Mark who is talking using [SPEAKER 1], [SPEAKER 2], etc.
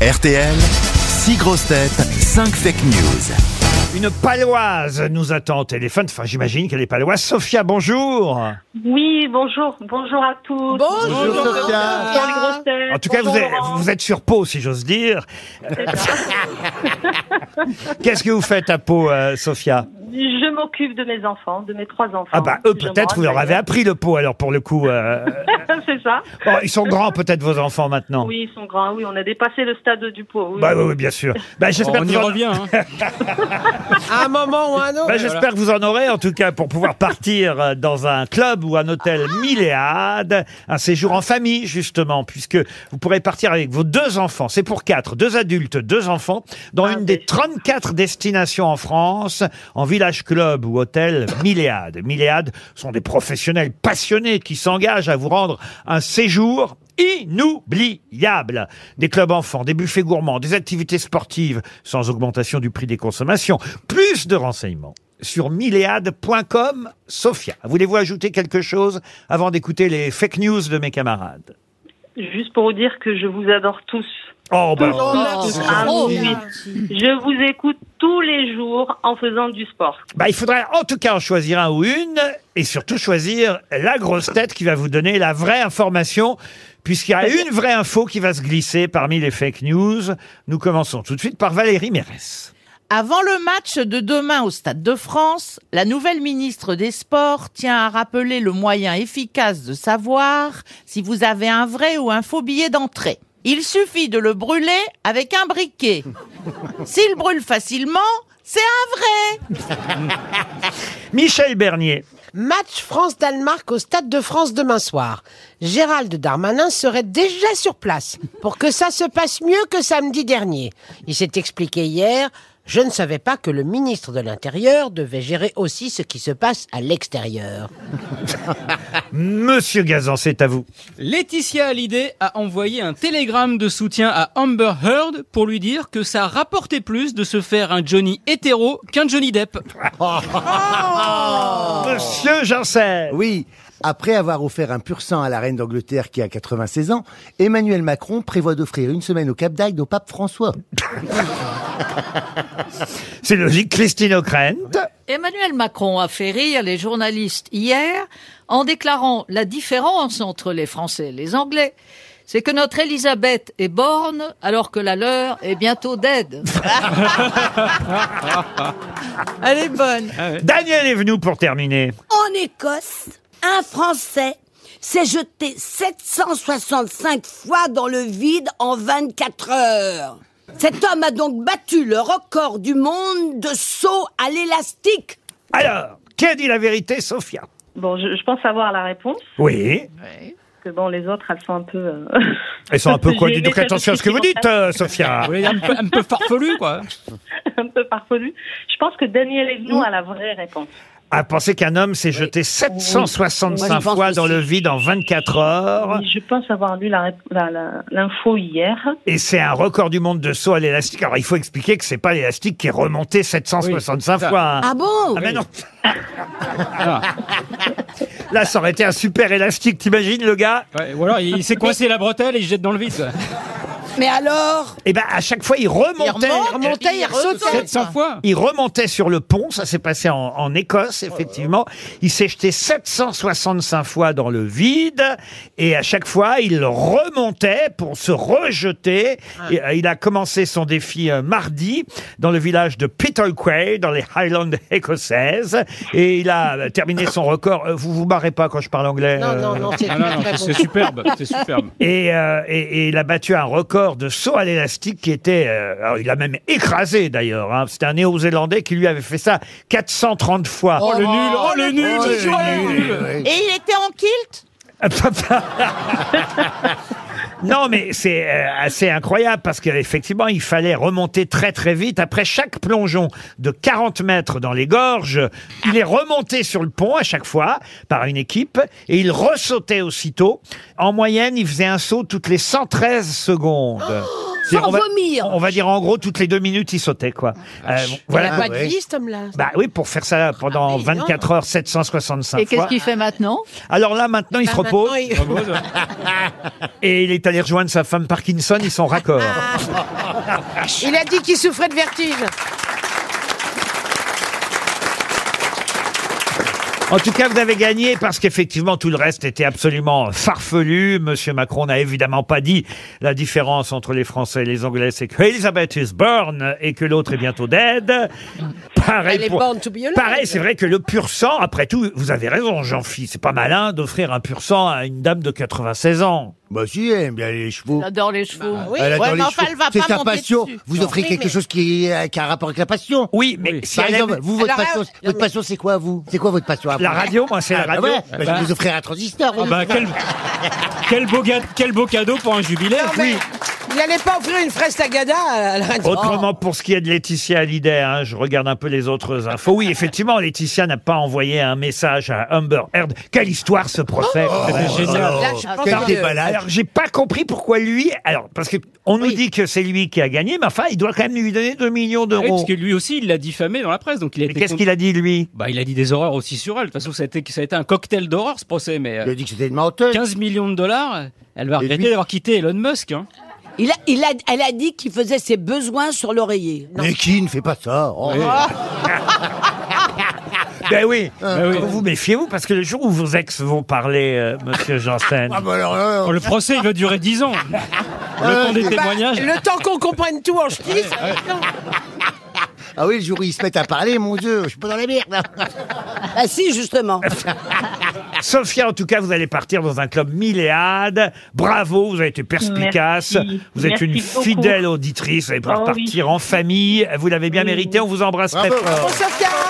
[SPEAKER 1] RTL, 6 grosses têtes, 5 fake news.
[SPEAKER 2] Une paloise nous attend au téléphone. Enfin, j'imagine qu'elle est paloise. Sophia, bonjour.
[SPEAKER 3] Oui, bonjour, bonjour à tous.
[SPEAKER 4] Bonjour, Sophia.
[SPEAKER 3] Bonjour les grosses têtes.
[SPEAKER 2] En tout cas, vous
[SPEAKER 3] Bonjour,
[SPEAKER 2] êtes,
[SPEAKER 3] Laurent.
[SPEAKER 2] vous êtes sur Pau, si j'ose dire. Qu'est-ce que vous faites à Pau, euh, Sophia
[SPEAKER 3] Je m'occupe de mes enfants, de mes trois enfants.
[SPEAKER 2] Ah bah, eux,
[SPEAKER 3] Je
[SPEAKER 2] peut-être, vous
[SPEAKER 3] m'en
[SPEAKER 2] leur avez
[SPEAKER 3] rappelle.
[SPEAKER 2] appris le Pau, alors, pour le coup. euh,
[SPEAKER 3] C'est ça.
[SPEAKER 2] oh, ils sont grands, peut-être, vos enfants, maintenant.
[SPEAKER 3] Oui, ils sont grands. Oui, on a dépassé le stade du pot. Oui.
[SPEAKER 2] Bah oui, oui, bien sûr. Bah, j'espère
[SPEAKER 5] On
[SPEAKER 2] que
[SPEAKER 5] y
[SPEAKER 2] vous en-
[SPEAKER 5] revient. hein.
[SPEAKER 4] À un moment ou à un autre.
[SPEAKER 2] Bah, J'espère que vous en aurez, en tout cas, pour pouvoir partir euh, dans un club ou un hôtel
[SPEAKER 3] Ah.
[SPEAKER 2] Milléade, un séjour en famille, justement, puisque vous pourrez partir avec vos deux enfants, c'est pour quatre, deux adultes, deux enfants, dans
[SPEAKER 3] Ah,
[SPEAKER 2] une
[SPEAKER 3] oui.
[SPEAKER 2] des 34 destinations en France, en village club ou hôtel Milléade. Milléade sont des professionnels passionnés qui s'engagent à vous rendre un séjour inoubliable. Des clubs enfants, des buffets gourmands, des activités sportives sans augmentation du prix des consommations. Plus de renseignements sur milléade.com. Sophia, voulez-vous ajouter quelque chose avant d'écouter les fake news de mes camarades
[SPEAKER 3] Juste pour vous dire que je vous adore tous.
[SPEAKER 2] Oh, bah,
[SPEAKER 3] Ah, oui. Je vous écoute tous les jours en faisant du sport.
[SPEAKER 2] bah, il faudrait en tout cas en choisir un ou une et surtout choisir la grosse tête qui va vous donner la vraie information puisqu'il y a une vraie info qui va se glisser parmi les fake news. Nous commençons tout de suite par Valérie Mérès.
[SPEAKER 6] Avant le match de demain au Stade de France, la nouvelle ministre des Sports tient à rappeler le moyen efficace de savoir si vous avez un vrai ou un faux billet d'entrée. Il suffit de le brûler avec un briquet. S'il brûle facilement, c'est un vrai.
[SPEAKER 2] Michel Bernier.
[SPEAKER 4] Match France-Danemark au Stade de France demain soir. Gérald Darmanin serait déjà sur place pour que ça se passe mieux que samedi dernier. Il s'est expliqué hier. Je ne savais pas que le ministre de l'Intérieur devait gérer aussi ce qui se passe à l'extérieur.
[SPEAKER 2] Monsieur Gazan, c'est à vous.
[SPEAKER 5] Laetitia Hallyday a envoyé un télégramme de soutien à Amber Heard pour lui dire que ça rapportait plus de se faire un Johnny hétéro qu'un Johnny Depp.
[SPEAKER 2] Monsieur Janssen.
[SPEAKER 7] Oui, après avoir offert un pur sang à la reine d'Angleterre qui a 96 ans, Emmanuel Macron prévoit d'offrir une semaine au Cap d'Agde au pape François.
[SPEAKER 2] C'est logique. Christine O'Krent.
[SPEAKER 8] Emmanuel Macron a fait rire les journalistes hier en déclarant la différence entre les Français et les Anglais. C'est que notre Élisabeth est borne alors que la leur est bientôt dead.
[SPEAKER 6] Elle est bonne.
[SPEAKER 2] Daniel est venu pour terminer.
[SPEAKER 9] En Écosse, un Français s'est jeté 765 fois dans le vide en 24 heures. Cet homme a donc battu le record du monde de saut à l'élastique.
[SPEAKER 2] Alors, qui a dit la vérité, Sophia
[SPEAKER 3] Bon, je, je pense avoir la réponse.
[SPEAKER 2] Oui.
[SPEAKER 3] parce Que bon, les autres, elles sont un peu. euh,
[SPEAKER 2] Elles sont un peu
[SPEAKER 3] J'ai
[SPEAKER 2] connues.
[SPEAKER 3] aimé
[SPEAKER 2] Donc
[SPEAKER 3] cette
[SPEAKER 2] attention à ce que vous dites,
[SPEAKER 3] discussion.
[SPEAKER 2] euh, Sophia.
[SPEAKER 5] Vous voulez dire un peu, un peu farfelu, quoi.
[SPEAKER 3] un peu parvenues. Je pense que Daniel Evenou a la vraie réponse.
[SPEAKER 2] À penser qu'un homme s'est jeté 765
[SPEAKER 9] Oui, je pense
[SPEAKER 2] fois dans
[SPEAKER 9] aussi.
[SPEAKER 2] le vide en 24 heures.
[SPEAKER 3] Oui, je pense avoir lu la rép- la- la- l'info hier.
[SPEAKER 2] Et c'est un record du monde de saut à l'élastique. Alors, il faut expliquer que c'est pas l'élastique qui est remonté 765 fois. hein.
[SPEAKER 9] Ah bon
[SPEAKER 7] ben
[SPEAKER 2] Ah, mais non. Là, ça aurait été un super élastique. T'imagines, le gars
[SPEAKER 5] Ouais, ou alors il s'est coincé la bretelle et il se jette dans le vide. quoi.
[SPEAKER 9] Mais alors
[SPEAKER 2] Eh ben, à chaque fois, il remontait.
[SPEAKER 6] remontait, il ressaute.
[SPEAKER 5] 700 fois.
[SPEAKER 2] Il remontait sur le pont, ça s'est passé en, en Écosse, effectivement. Il s'est jeté 765 fois dans le vide, et à chaque fois, il remontait pour se rejeter.
[SPEAKER 4] Ah.
[SPEAKER 2] Et, euh, il a commencé son défi euh, mardi dans le village de Pitolquay, dans les Highlands écossaises, et il a euh, terminé son record. Euh, Vous vous barrez pas quand je parle anglais.
[SPEAKER 4] Non,
[SPEAKER 2] euh,
[SPEAKER 4] non, non, c'est
[SPEAKER 5] Ah non, non,
[SPEAKER 4] très
[SPEAKER 5] c'est- c'est
[SPEAKER 4] bon.
[SPEAKER 5] superbe, c'est superbe.
[SPEAKER 2] et, euh, et- et il a battu un record de saut à l'élastique qui était... euh, alors, il a même écrasé d'ailleurs. hein. C'était un néo-zélandais qui lui avait fait ça 430 fois.
[SPEAKER 5] Oh le nul, oh le nul,
[SPEAKER 7] Oh,
[SPEAKER 5] le
[SPEAKER 7] le
[SPEAKER 5] nul.
[SPEAKER 6] Et il était en kilt
[SPEAKER 2] non, mais c'est euh, assez incroyable parce qu'effectivement, il fallait remonter très très vite. Après chaque plongeon de 40 mètres dans les gorges, il est remonté sur le pont à chaque fois par une équipe et il ressautait aussitôt. En moyenne, il faisait un saut toutes les 113 secondes. C'est-à-dire, on va- On va dire en gros, toutes les deux minutes, il sautait, quoi. Euh,
[SPEAKER 4] Il a pas de
[SPEAKER 2] Ouais.
[SPEAKER 4] vie, cet homme-là.
[SPEAKER 2] Bah oui, pour faire ça pendant
[SPEAKER 4] oui,
[SPEAKER 2] 24 heures, 765
[SPEAKER 8] Et qu'est-ce
[SPEAKER 2] fois.
[SPEAKER 8] qu'il fait maintenant
[SPEAKER 2] Alors là, maintenant, il se
[SPEAKER 4] Bah, maintenant,
[SPEAKER 2] repose.
[SPEAKER 4] il-
[SPEAKER 2] Et il est allé rejoindre sa femme Parkinson, ils sont raccords.
[SPEAKER 4] Ah. Il a dit qu'il souffrait de vertige.
[SPEAKER 2] En tout cas, vous avez gagné parce qu'effectivement, tout le reste était absolument farfelu. Monsieur Macron n'a évidemment pas dit la différence entre les Français et les Anglais, c'est que Elizabeth is born et que l'autre est bientôt dead. Pareil
[SPEAKER 4] Elle est
[SPEAKER 2] pour-
[SPEAKER 4] born to be alive.
[SPEAKER 2] Pareil, c'est vrai que le pur sang, après tout, vous avez raison, Jean-Philippe, c'est pas malin d'offrir un pur sang à une dame de 96 ans.
[SPEAKER 7] Bah si, elle aime bien les chevaux.
[SPEAKER 6] J'adore les chevaux.
[SPEAKER 4] oui.
[SPEAKER 7] Bah, Elle adore
[SPEAKER 6] Ouais,
[SPEAKER 7] les
[SPEAKER 6] mais enfin,
[SPEAKER 7] chevaux.
[SPEAKER 6] elle va
[SPEAKER 7] C'est
[SPEAKER 6] pas
[SPEAKER 7] sa
[SPEAKER 6] monter
[SPEAKER 7] passion.
[SPEAKER 6] dessus.
[SPEAKER 7] Vous
[SPEAKER 6] Non.
[SPEAKER 7] offrez
[SPEAKER 4] Oui,
[SPEAKER 7] quelque
[SPEAKER 4] mais-
[SPEAKER 7] chose qui, a- qui a un rapport avec la passion.
[SPEAKER 2] Oui, mais si
[SPEAKER 7] Par
[SPEAKER 2] elle
[SPEAKER 7] exemple,
[SPEAKER 2] aime
[SPEAKER 7] vous, votre
[SPEAKER 4] Alors,
[SPEAKER 7] passion,
[SPEAKER 4] elle-
[SPEAKER 7] votre passion, c'est quoi, vous C'est quoi votre passion à
[SPEAKER 2] la
[SPEAKER 7] vous
[SPEAKER 2] radio, moi, c'est la
[SPEAKER 7] Ah
[SPEAKER 2] radio.
[SPEAKER 7] ouais, bah, je vais vous offrir un transistor.
[SPEAKER 5] Ah bah, quel, quel beau ga- quel beau cadeau pour un jubilaire.
[SPEAKER 4] Mais Il n'allait pas offrir une fraise tagada à la radio.
[SPEAKER 2] Autrement, pour ce qui est de Laetitia Hallyday, hein, je regarde un peu les autres infos. Oui, effectivement, Laetitia n'a pas envoyé un message à Amber Heard. Quelle histoire ce procès
[SPEAKER 5] Oh,
[SPEAKER 2] quand même.
[SPEAKER 5] C'est génial.
[SPEAKER 6] oh,
[SPEAKER 4] Là, je pense
[SPEAKER 7] oh, Quel
[SPEAKER 4] que-
[SPEAKER 7] déballage.
[SPEAKER 2] Alors, j'ai pas compris pourquoi lui. Alors, parce que on nous dit que c'est lui qui a gagné, mais enfin, il doit quand même lui donner 2 millions
[SPEAKER 5] Ah oui,
[SPEAKER 2] d'euros.
[SPEAKER 5] parce que lui aussi, il l'a diffamé dans la presse, donc il a
[SPEAKER 2] Mais
[SPEAKER 5] été
[SPEAKER 2] qu'est-ce
[SPEAKER 5] con-
[SPEAKER 2] qu'il a dit lui
[SPEAKER 5] Bah, il a dit des horreurs aussi sur elle. De toute façon, ça a été, ça a été un cocktail d'horreurs ce procès, mais
[SPEAKER 7] Il
[SPEAKER 5] euh,
[SPEAKER 7] a dit que c'était une menteuse.
[SPEAKER 5] 15 millions de dollars, elle va
[SPEAKER 7] Et
[SPEAKER 5] regretter
[SPEAKER 7] lui-
[SPEAKER 5] d'avoir quitté Elon Musk. Hein.
[SPEAKER 9] Il a, il a, elle a dit qu'il faisait ses besoins sur l'oreiller.
[SPEAKER 7] Mais qui ne fait pas ça Oh.
[SPEAKER 2] Ben oui.
[SPEAKER 5] Bah oui.
[SPEAKER 2] Vous vous méfiez-vous parce que le jour où vos ex vont parler, euh, Monsieur Janssen.
[SPEAKER 7] Ah bah alors, alors,
[SPEAKER 5] Oh, Le procès, il va durer 10 ans. Le temps des
[SPEAKER 4] Bah,
[SPEAKER 5] témoignages.
[SPEAKER 4] le temps qu'on comprenne tout en ch'tis.
[SPEAKER 7] Ah oui, le jour où ils se mettent à parler, mon Dieu, je suis pas dans la merde.
[SPEAKER 9] Ah si, justement.
[SPEAKER 2] Sophia, en tout cas, vous allez partir dans un club milléade. Bravo, vous avez été perspicace.
[SPEAKER 3] Merci.
[SPEAKER 2] Vous êtes
[SPEAKER 3] Merci
[SPEAKER 2] une
[SPEAKER 3] beaucoup.
[SPEAKER 2] fidèle auditrice. Vous allez pouvoir
[SPEAKER 3] Oh oui.
[SPEAKER 2] partir en famille. Vous l'avez bien
[SPEAKER 3] Oui.
[SPEAKER 2] mérité. On vous embrasse très
[SPEAKER 7] Bravo.
[SPEAKER 2] fort.
[SPEAKER 4] Bon, Sophia